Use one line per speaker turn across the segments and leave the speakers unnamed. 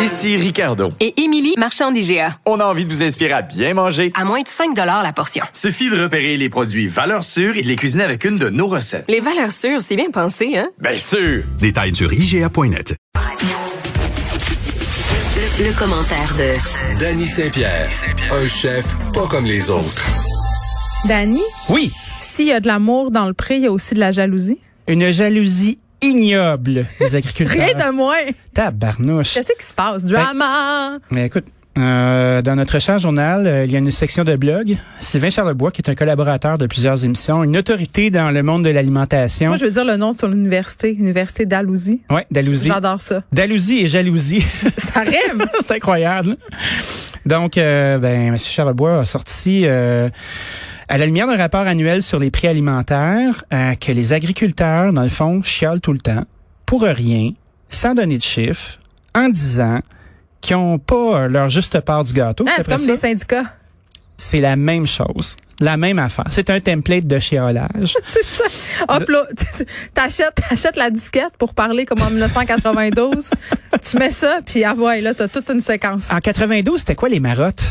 Ici Ricardo.
Et Émilie, marchand d'IGA.
On a envie de vous inspirer à bien manger.
À moins de 5 la portion.
Suffit de repérer les produits valeurs sûres et de les cuisiner avec une de nos recettes.
Les valeurs sûres, c'est bien pensé, hein?
Bien sûr!
Détails sur IGA.net.
Le, le commentaire de
Danny Saint-Pierre, un chef pas comme les autres.
Dani,
Oui,
s'il y a de l'amour dans le pré, il y a aussi de la jalousie.
une jalousie ignoble des
Rien
agriculteurs.
de moins.
Tabarnouche.
Qu'est-ce qui se passe? Drama.
Mais écoute, euh, dans notre cher journal, euh, il y a une section de blog. Sylvain Charlebois, qui est un collaborateur de plusieurs émissions, une autorité dans le monde de l'alimentation.
Moi, je veux dire le nom sur l'université, Université d'Alousie.
Ouais, Dalousie.
J'adore ça.
Dalousie et jalousie.
Ça rêve.
C'est incroyable. Donc, euh, ben, M. Charlebois a sorti euh, à la lumière d'un rapport annuel sur les prix alimentaires euh, que les agriculteurs, dans le fond, chialent tout le temps, pour rien, sans donner de chiffres, en disant qu'ils n'ont pas euh, leur juste part du gâteau.
Ah,
Puis
c'est
après
comme
ça,
les syndicats.
C'est la même chose, la même affaire. C'est un template de chiolage.
C'est ça. Hop là, tu- tu- t'achètes, t'achètes la disquette pour parler comme en 1992. tu mets ça, puis ah ouais, là, t'as toute une séquence.
En 92, c'était quoi les marottes?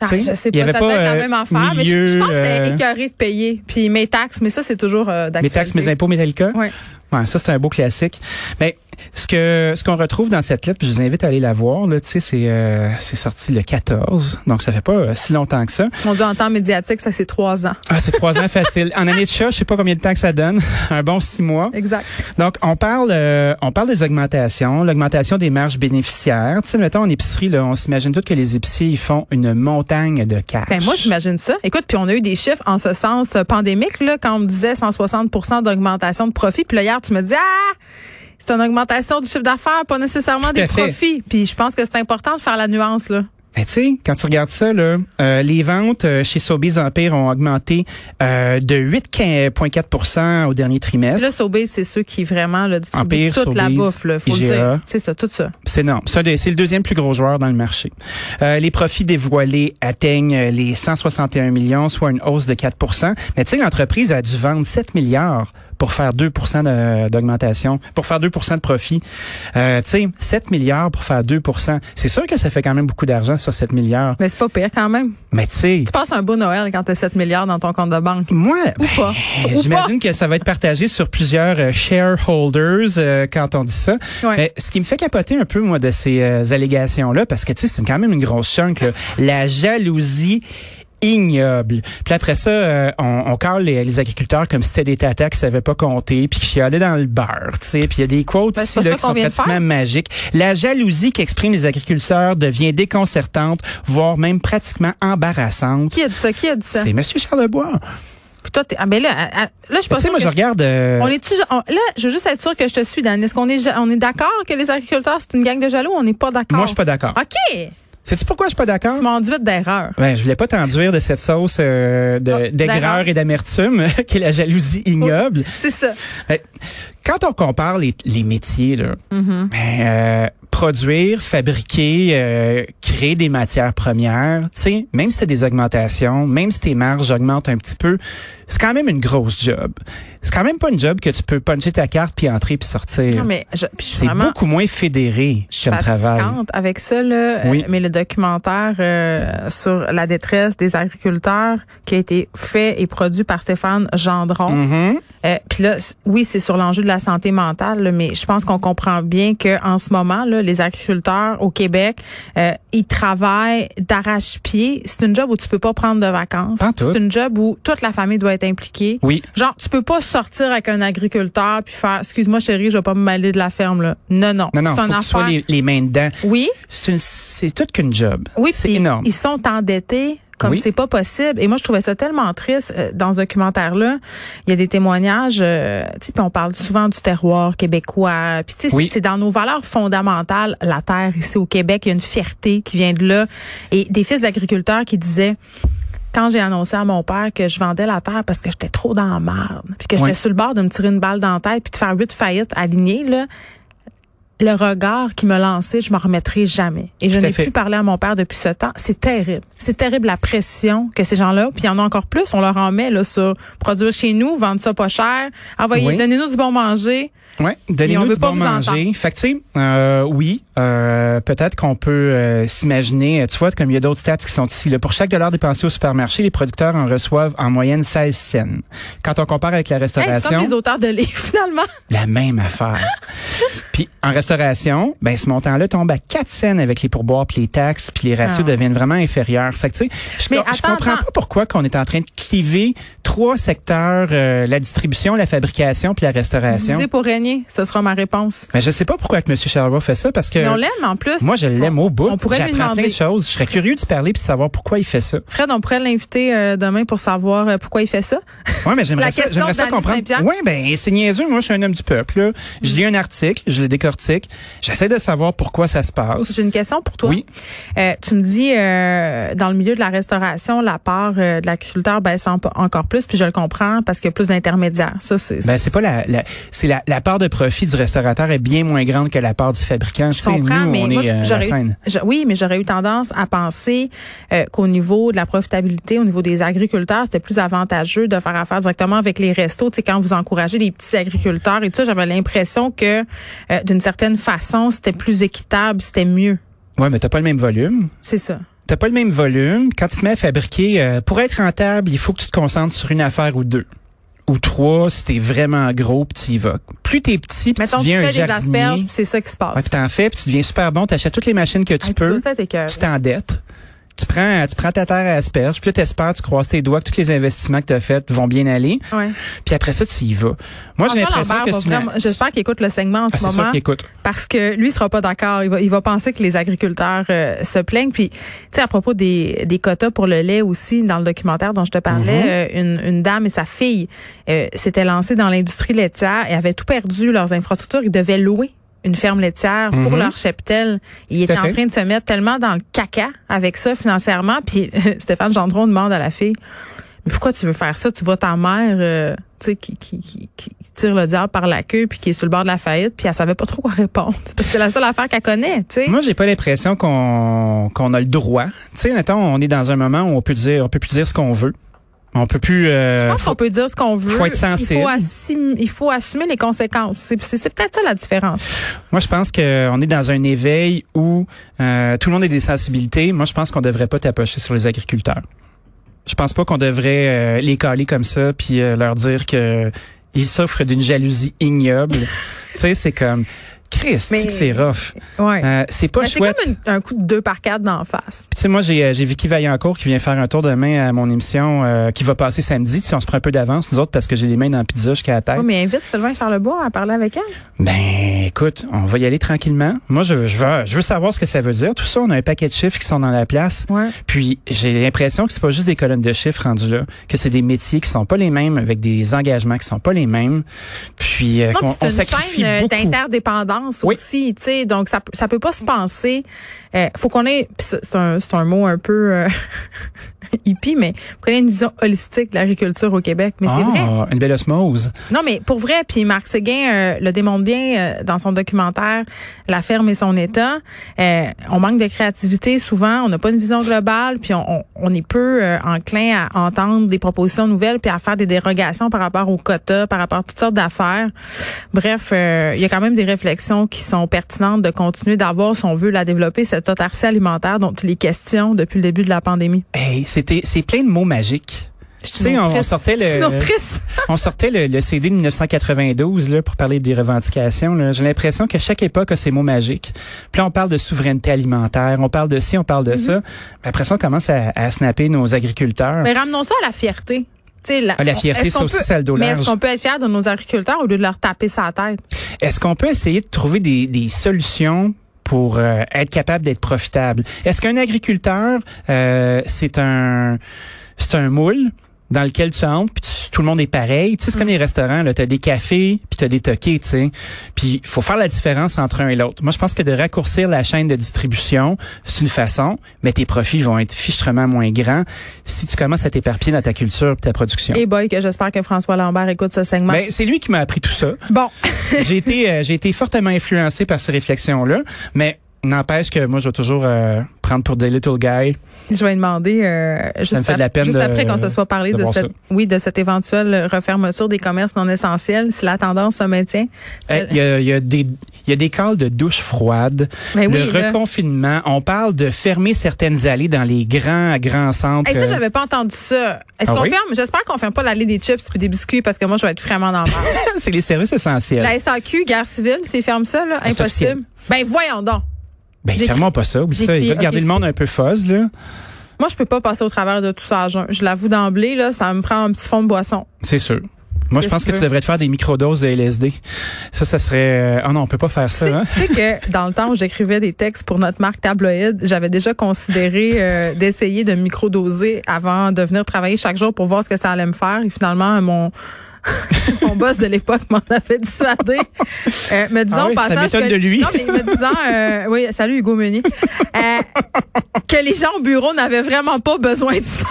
Ah,
Ah, tu sais,
je sais
il y
pas,
avait
ça doit
pas,
être la
euh,
même affaire, mais je, je pense que c'était
milieu, euh,
écœuré de payer. Puis mes taxes, mais ça, c'est toujours euh, d'actualité.
Mes taxes, mes impôts, mes télécoms?
Ouais.
Ouais, ça c'est un beau classique. Mais ce que ce qu'on retrouve dans cette lettre, puis je vous invite à aller la voir là, tu sais c'est euh, c'est sorti le 14, donc ça fait pas euh, si longtemps que ça.
Mon Dieu, en temps médiatique, ça, c'est trois ans.
Ah, c'est trois ans facile. En année de chat, je sais pas combien de temps que ça donne, un bon six mois.
Exact.
Donc on parle euh, on parle des augmentations, l'augmentation des marges bénéficiaires. Tu sais mettons en épicerie là, on s'imagine tout que les épiciers ils font une montagne de cash.
Ben moi, j'imagine ça. Écoute, puis on a eu des chiffres en ce sens euh, pandémique, là, quand on me disait 160 d'augmentation de profit. Puis là, hier, tu me dis, ah, c'est une augmentation du chiffre d'affaires, pas nécessairement
Tout à
des
fait.
profits. Puis je pense que c'est important de faire la nuance, là.
Ben, tu sais, quand tu regardes ça, là, euh, les ventes euh, chez Sobeys Empire ont augmenté euh, de 8,4 au dernier
Puis
trimestre.
Là, Sobeys, c'est ceux qui vraiment le distribuent
Empire,
toute la
Sobeys,
bouffe, là, faut le
IGA.
dire. C'est ça, tout ça.
C'est énorme. C'est un des- c'est le deuxième plus gros joueur dans le marché. Euh, les profits dévoilés atteignent euh, les 161 millions, soit une hausse de 4 Mais tu sais, l'entreprise a dû vendre 7 milliards pour faire 2 de- d'augmentation, pour faire 2 de profit. Euh, tu sais, 7 milliards pour faire 2 C'est sûr que ça fait quand même beaucoup d'argent sur 7 milliards.
Mais c'est pas pire quand même.
Mais tu sais,
Tu passes un beau Noël quand t'as 7 milliards dans ton compte de banque.
moi, Ben,
Ou pas. Ou pas.
J'imagine que ça va être partagé sur plusieurs euh, shareholders euh, quand on dit ça.
Ouais.
Mais ce qui me fait capoter un peu, moi, de ces euh, allégations-là, parce que, tu sais, c'est quand même une grosse chunk, là. la jalousie ignoble. Puis après ça, euh, on, on cale les, les agriculteurs comme si c'était des tatas qui savaient pas compter, puis qui chialaient dans le beurre, tu sais. Puis il y a des quotes
Ben, c'est
ici,
pas
là,
ça
qui
qu'on
sont
vient de
pratiquement
faire.
magiques. La jalousie qu'expriment les agriculteurs devient déconcertante, voire même pratiquement embarrassante.
Qui a dit ça? Qui a dit ça?
C'est Monsieur Charlebois.
Toi, t'es- ah, ben là, à- à- là, je suis pas
Tu sais,
sûre
moi,
que
je
je-
regarde... euh,
On est là, je veux juste être sûre que je te suis, Dan. Est-ce qu'on est, ja- on est d'accord que les agriculteurs, c'est une gang de jaloux? On n'est pas d'accord.
Moi, je suis pas d'accord.
OK!
Sais-tu pourquoi je suis pas d'accord?
Tu m'as enduite d'erreur.
Ben, je voulais pas t'enduire de cette sauce euh, de-
Oh,
d'aigreur
d'erreur.
et d'amertume qui est la jalousie
Oh.
ignoble.
C'est ça.
Ben, Quand on compare les, les métiers, là,
Mm-hmm.
ben, euh, produire, fabriquer, euh, créer des matières premières, tu sais, même si t'as des augmentations, même si tes marges augmentent un petit peu, c'est quand même une grosse job. C'est quand même pas une job que tu peux puncher ta carte puis entrer puis sortir.
Non, mais je, puis je suis
c'est
vraiment
beaucoup moins fédéré comme travail.
fatigante avec ça, là.
Oui.
Euh, Mais le documentaire euh, sur la détresse des agriculteurs qui a été fait et produit par Stéphane Gendron.
Mhm.
Euh, Puis là, c- oui, c'est sur l'enjeu de la santé mentale, là, mais je pense qu'on comprend bien que en ce moment, là, les agriculteurs au Québec, euh, ils travaillent d'arrache-pied. C'est une job où tu peux pas prendre de vacances.
Pas en tout.
C'est une job où toute la famille doit être impliquée.
Oui.
Genre, tu peux pas sortir avec un agriculteur puis faire, excuse-moi chérie, je vais pas me mêler de la ferme là. Non, non.
Non, non,
c'est
faut
un
que tu sois
affaire.
les, les mains dedans.
Oui.
C'est une- c'est tout qu'une job.
Oui,
c'est
puis
énorme.
Ils sont endettés comme
Oui.
c'est pas possible. Et moi, je trouvais ça tellement triste euh, dans ce documentaire-là. Il y a des témoignages, euh, tu sais, puis on parle souvent du terroir québécois. Puis tu sais,
Oui.
c'est- c'est dans nos valeurs fondamentales, la terre ici au Québec. Il y a une fierté qui vient de là. Et des fils d'agriculteurs qui disaient... Quand j'ai annoncé à mon père que je vendais la terre parce que j'étais trop dans la merde, puis que j'étais
Oui.
sur le bord de me tirer une balle dans la tête, puis de faire huit faillites alignées, là, le regard qui me lançait, je m'en remettrai jamais. Et je
Tout à
n'ai
fait.
plus parlé à mon père depuis ce temps. C'est terrible. C'est terrible la pression que ces gens-là, puis il y en a encore plus, on leur en met là, sur produire chez nous, vendre ça pas cher, envoyer,
Oui.
donnez-nous du bon manger.
Ouais,
on
donnez-nous
veut
du
pas
bon
vous
manger.
entendre.
Fait que, tu sais, euh, oui, euh, peut-être qu'on peut, euh, s'imaginer, euh, tu vois, comme il y a d'autres stats qui sont ici. là, pour chaque dollar dépensé au supermarché, les producteurs en reçoivent en moyenne 16 cents. Quand on compare avec la
Hey, c'est
restauration,
comme les auteurs de livres, finalement.
la même affaire. puis en restauration, ben ce montant-là tombe à 4 cents avec les pourboires, puis les taxes, puis les ratios
Ah.
deviennent vraiment inférieurs. Fait que, tu sais, je,
Mais
com- je
attends,
comprends
attends.
pas pourquoi qu'on est en train de cliver trois secteurs, euh, la distribution, la fabrication, puis la restauration.
Divisé pour régner, ce sera ma réponse.
Mais je sais pas pourquoi que M. Charlebois fait ça parce que
Mais on l'aime en plus.
moi je l'aime au bout.
On pourrait lui
J'apprends plein
demander.
de choses. Je serais curieux de parler puis de savoir pourquoi il fait ça.
Fred, on pourrait l'inviter euh, demain pour savoir euh, pourquoi il fait ça.
Ouais, mais j'aimerais
La
ça,
question
j'aimerais ça
d'Annie
comprendre.
Saint-Pierre. Mm.
Ouais, ben c'est niaiseux. Moi, je suis un homme du peuple. là. Je lis un article, je le décortique, j'essaie de savoir pourquoi ça se passe.
J'ai une question pour toi.
Oui.
Euh, tu me dis, euh, dans le milieu de la restauration, la part euh, de l'agriculteur baisse en- encore plus, puis je le comprends parce qu'il y a plus d'intermédiaires. Ça, c'est
Ben c'est pas la, la c'est la, la part de profit du restaurateur est bien moins grande que la part du fabricant. Je
Je
sais,
comprends,
nous,
mais
on
moi,
est euh, la
j'aurais eu-
scène.
je- oui, mais j'aurais eu tendance à penser euh, qu'au niveau de la profitabilité, au niveau des agriculteurs, c'était plus avantageux de faire affaire directement avec les restos. Tu sais, quand vous encouragez les petits agriculteurs et tout ça, j'avais l'impression que euh, d'une certaine façon, c'était plus équitable, c'était mieux.
Ouais, mais t'as pas le même volume.
C'est ça.
T'as pas le même volume. Quand tu te mets à fabriquer, euh, pour être rentable, il faut que tu te concentres sur une affaire ou deux. Ou trois, si t'es vraiment gros, puis tu y vas. Plus t'es petit, puis tu
Mettons que tu
deviens
fais
un
des
jardinier.
asperges, puis c'est ça qui se passe.
ouais, puis t'en fais, puis tu deviens super bon, t'achètes toutes les machines que tu
Hey, tu
peux,
dois être écoeuré.
tu t'endettes. Tu prends, euh, tu prends ta terre à asperges, puis là, t'espères, tu croises tes doigts que tous les investissements que t'as faits vont bien aller.
Ouais.
Puis après ça, tu y vas. Moi, j'ai
François
l'impression
Lambert
que
va
c'est une...
vraiment- J'espère qu'il écoute le segment en
Ah,
ce
c'est sûr
moment.
qu'il écoute.
parce que lui il sera pas d'accord. Il va, il va penser que les agriculteurs euh, se plaignent. Puis, tu sais, à propos des, des quotas pour le lait aussi, dans le documentaire dont je te parlais,
Mhm.
euh, une, une dame et sa fille euh, s'étaient lancées dans l'industrie laitière et avaient tout perdu, leurs infrastructures. Ils devaient louer une ferme laitière pour leur cheptel. Ils
Mhm. Tout à
étaient en
fait.
train de se mettre tellement dans le caca avec ça financièrement. Puis Stéphane Gendron demande à la fille, mais pourquoi tu veux faire ça? Tu vois ta mère, euh, tu sais, qui, qui, qui, qui tire le diable par la queue puis qui est sur le bord de la faillite puis elle savait pas trop quoi répondre. C'est parce que c'est la seule affaire qu'elle connaît, tu sais.
Moi, j'ai pas l'impression qu'on qu'on a le droit. Tu sais, mettons, on est dans un moment où on peut dire, on peut plus dire ce qu'on veut. On peut plus. euh,
Je pense qu'on peut dire ce qu'on veut.
faut être sensible.
Il faut, assumer, il faut assumer les conséquences. C'est, c'est, c'est peut-être ça la différence.
Moi, je pense qu'on est dans un éveil où euh, tout le monde a des sensibilités. Moi, je pense qu'on devrait pas tapocher sur les agriculteurs. Je pense pas qu'on devrait euh, les caler comme ça puis euh, leur dire que ils souffrent d'une jalousie ignoble. tu sais, c'est comme Christ,
Mais-
c'est rough.
Ouais.
Euh, c'est pas
Mais c'est comme
chouette.
une- un coup de deux par quatre d'en face.
Puis, Tu sais, moi, j'ai, euh, j'ai Vicky Vaillancourt qui vient faire un tour demain à mon émission euh, qui va passer samedi. Tu sais, on se prend un peu d'avance, nous autres, parce que j'ai les mains dans la pizza jusqu'à la tête.
Ouais, mais invite Sylvain Charlebois à parler avec elle.
Ben, écoute, on va y aller tranquillement. Moi, je, je, veux, je veux savoir ce que ça veut dire. Tout ça, on a un paquet de chiffres qui sont dans la place.
Ouais.
Puis, j'ai l'impression que c'est pas juste des colonnes de chiffres rendues là, que c'est des métiers qui sont pas les mêmes, avec des engagements qui sont pas les mêmes. Puis, euh,
Non,
qu'on
puis
on
c'est une
sacrifie
chaîne euh,
beaucoup.
d'interdépendance
Oui.
aussi, tu sais. Donc ça peut- ça peut pas se penser. Euh, faut qu'on ait, puis c'est c'est un c'est un mot un peu euh, hippie, mais faut qu'on ait une vision holistique de l'agriculture au Québec. Mais c'est vrai.
Ah, une belle osmose.
Non, mais pour vrai. Puis Marc Séguin euh, le démontre bien euh, dans son documentaire La ferme et son état. Euh, on manque de créativité souvent. On n'a pas une vision globale. Puis on, on, on est peu euh, enclin à entendre des propositions nouvelles puis à faire des dérogations par rapport aux quotas, par rapport à toutes sortes d'affaires. Bref, euh, il y a quand même des réflexions qui sont pertinentes de continuer d'avoir, si on veut, la développer, cette autarcie alimentaire dont il est question depuis le début de la pandémie.
Hey, c'était, c'est plein de mots magiques.
Je
Tu sais, on sortait le-
Je suis une autrice.
On sortait le, le CD de 1992 là, pour parler des revendications. là. J'ai l'impression que chaque époque a ses mots magiques. Puis là, on parle de souveraineté alimentaire, on parle de ci, on parle de ça. Mais après ça, on commence à, à snapper nos agriculteurs.
Mais ramenons ça à la fierté. Tu sais,
Ah, la fierté,
est-ce
ça
qu'on
aussi,
peut-
ça a le dos
Mais
large.
est-ce qu'on peut être fier de nos agriculteurs au lieu de leur taper sa tête?
Est-ce qu'on peut essayer de trouver des, des solutions pour euh, être capable d'être profitable? Est-ce qu'un agriculteur, euh, c'est un c'est un moule dans lequel tu entres puis tu- tout le monde est pareil. Tu sais, c'est comme les restaurants, là, t'as des cafés puis t'as des toqués, tu sais. Puis faut faire la différence entre un et l'autre. Moi, je pense que de raccourcir la chaîne de distribution, c'est une façon, mais tes profits vont être fichtrement moins grands si tu commences à t'éparpiller dans ta culture puis ta production.
Et boy, que j'espère que François Lambert écoute ce segment.
Ben, c'est lui qui m'a appris tout ça
bon.
j'ai été euh, j'ai été fortement influencé par ces réflexions là mais N'empêche que moi, je vais toujours euh, prendre pour des little guys.
Je vais demander euh, juste,
me fait de
ap-
la peine
juste
de-
après qu'on se soit parlé
de
de,
voir
cette
ça.
oui de cette éventuelle refermeture des commerces non essentiels si la tendance se maintient. Euh,
Hey, Eh, Il y a- il y, a des- il y a des calls de douche froide.
Ben
le
oui, là.
reconfinement. On parle de fermer certaines allées dans les grands, grands centres.
Hey, ça,
euh,
j'avais pas entendu ça. Est-ce
Ah
qu'on
oui?
ferme? J'espère qu'on ferme pas l'allée des chips puis des biscuits parce que moi, je vais être vraiment dans le mal.
c'est les services essentiels.
La SAQ, guerre civile, c'est ferme ça, là?
Ah, c'est officiel.
Impossible. Ben, voyons donc.
Ben,
J'ai-
fermons pas ça. Oublie
j'ai
ça. Il
crié,
va garder
ok.
le monde un peu fuzz, là.
Moi, je peux pas passer au travers de tout ça à jeun. Je l'avoue d'emblée, là, ça me prend un petit fond de boisson.
C'est sûr. Moi, je
Qu'est-ce
pense que
que tu
tu
veux?
devrais te faire des microdoses de LSD. Ça, ça serait. euh, Ah non, on peut pas faire
Tu sais,
ça. hein?
tu sais que dans le temps où j'écrivais des textes pour notre marque tabloïd, j'avais déjà considéré euh, d'essayer de microdoser avant de venir travailler chaque jour pour voir ce que ça allait me faire. Et finalement, mon mon boss de l'époque m'en avait dissuadé. Euh, me disant
Ah oui,
au
ça
passage
m'étonne
que-
de lui.
Non, mais me disant euh, oui, salut Hugo Meunier. Euh, que les gens au bureau n'avaient vraiment pas besoin de ça.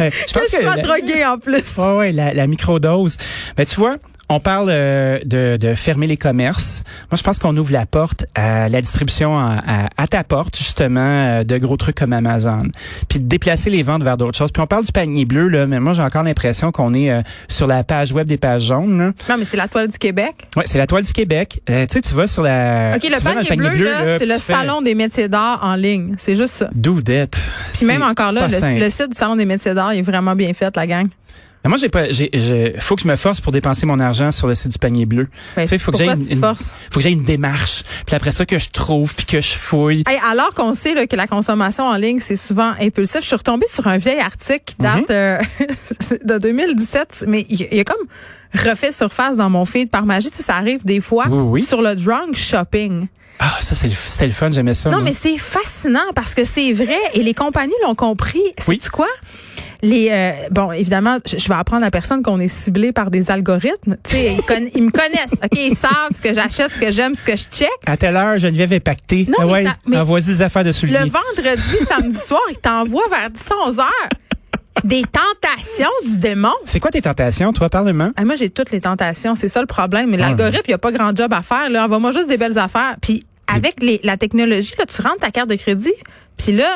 Euh, Je
Que je sois droguée en plus.
Ouais, ouais, la, la microdose. Ben, tu vois, on parle euh, de, de fermer les commerces. Moi, je pense qu'on ouvre la porte à la distribution à, à- à ta porte, justement, euh, de gros trucs comme Amazon. Puis de déplacer les ventes vers d'autres choses. Puis on parle du panier bleu, là, mais moi, j'ai encore l'impression qu'on est euh, sur la page web des pages jaunes. là.
Non, mais c'est la toile du Québec.
Ouais, c'est la toile du Québec. Euh, tu sais, tu vas sur la...
OK,
tu
le
vas dans
panier, bleu, là, c'est
là, puis
le
tu fais-
salon des métiers d'art en ligne. C'est juste ça.
Doudette.
Puis même encore là, le, le
Moi,
site du salon des métiers d'art il est vraiment bien fait, la gang.
Moi, j'ai pas. J'ai, j'ai- faut que je me force pour dépenser mon argent sur le site du panier bleu.
Ben,
tu sais, faut que j'aille
pourquoi tu
une,
te
une-
forces?
faut que j'aille une démarche. Puis après ça, que je trouve, puis que je fouille.
Hey, alors qu'on sait là, que la consommation en ligne, c'est souvent impulsif, je suis retombée sur un vieil article qui
Mhm.
date euh, de 2017, mais il il y, a comme refait surface dans mon feed par magie. Tu sais, ça arrive des fois
Oui, oui.
sur le drunk shopping.
Ah, ça, c'est le, c'était le fun, j'aimais ça.
Non,
moi.
mais c'est fascinant parce que c'est vrai et les compagnies l'ont compris. C'est
Oui.
tu quoi? Les euh, bon évidemment je je vais apprendre à personne qu'on est ciblé par des algorithmes tu sais ils, conna- ils me connaissent ok ils savent ce que j'achète ce que j'aime ce que je check
À telle heure, Geneviève est pactée.
Non,
ah
mais
ouais,
ça- mais-
envoie-y des affaires de celui
le vendredi samedi soir ils t'envoient vers 10 11 heures des tentations du démon
C'est quoi tes tentations, toi, parlement?
Ah, moi, j'ai toutes les tentations. C'est ça le problème. Mais l'algorithme, il n'y a pas grand job à faire. Là. Envoie-moi juste des belles affaires. Puis avec les, la technologie, là, tu rentres ta carte de crédit. Puis là,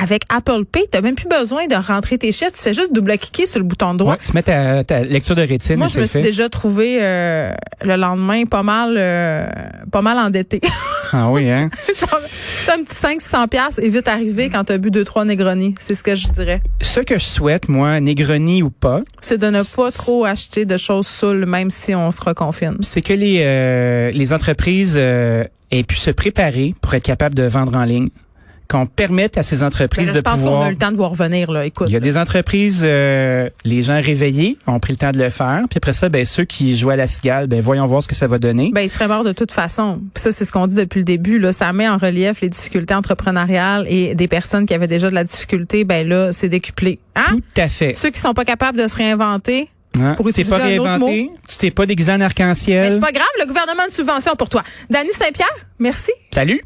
avec Apple Pay, tu n'as même plus besoin de rentrer tes chiffres. Tu fais juste double-cliquer sur le bouton droit.
Ouais, tu mets ta, ta lecture de rétine
Moi,
et
je
c'est
me suis
fait.
déjà trouvée euh, le lendemain pas mal euh, pas mal endettée.
Ah oui, hein?
Genre, tu as un petit 500 pièces est vite arrivé quand tu as bu deux trois Negroni, c'est ce que je dirais.
Ce que je souhaite, moi, négroni ou pas,
C'est de ne pas trop acheter de choses saoules même si on se reconfine.
c'est que les, euh, les entreprises euh, aient pu se préparer pour être capables de vendre en ligne, qu'on permette à ces
Ben
entreprises
là, je
de
pense qu'on
pouvoir.
a le temps de voir revenir là, écoute.
Il y a des entreprises, euh, les gens réveillés ont pris le temps de le faire, puis après ça, ben ceux qui jouent à la cigale, ben voyons voir ce que ça va donner.
Ben, il serait mort de toute façon. Puis ça, c'est ce qu'on dit depuis le début. Là. Ça met en relief les difficultés entrepreneuriales et des personnes qui avaient déjà de la difficulté, ben là, c'est décuplé. Hein?
Tout à fait.
Ceux qui sont pas capables de se réinventer.
Hein?
pour
tu t'es pas
utiliser un autre
réinventé, tu t'es pas déguisé en
Mais c'est
arc-en-ciel.
pas grave, le gouvernement a une subvention pour toi. Dany Saint-Pierre, merci.
Salut.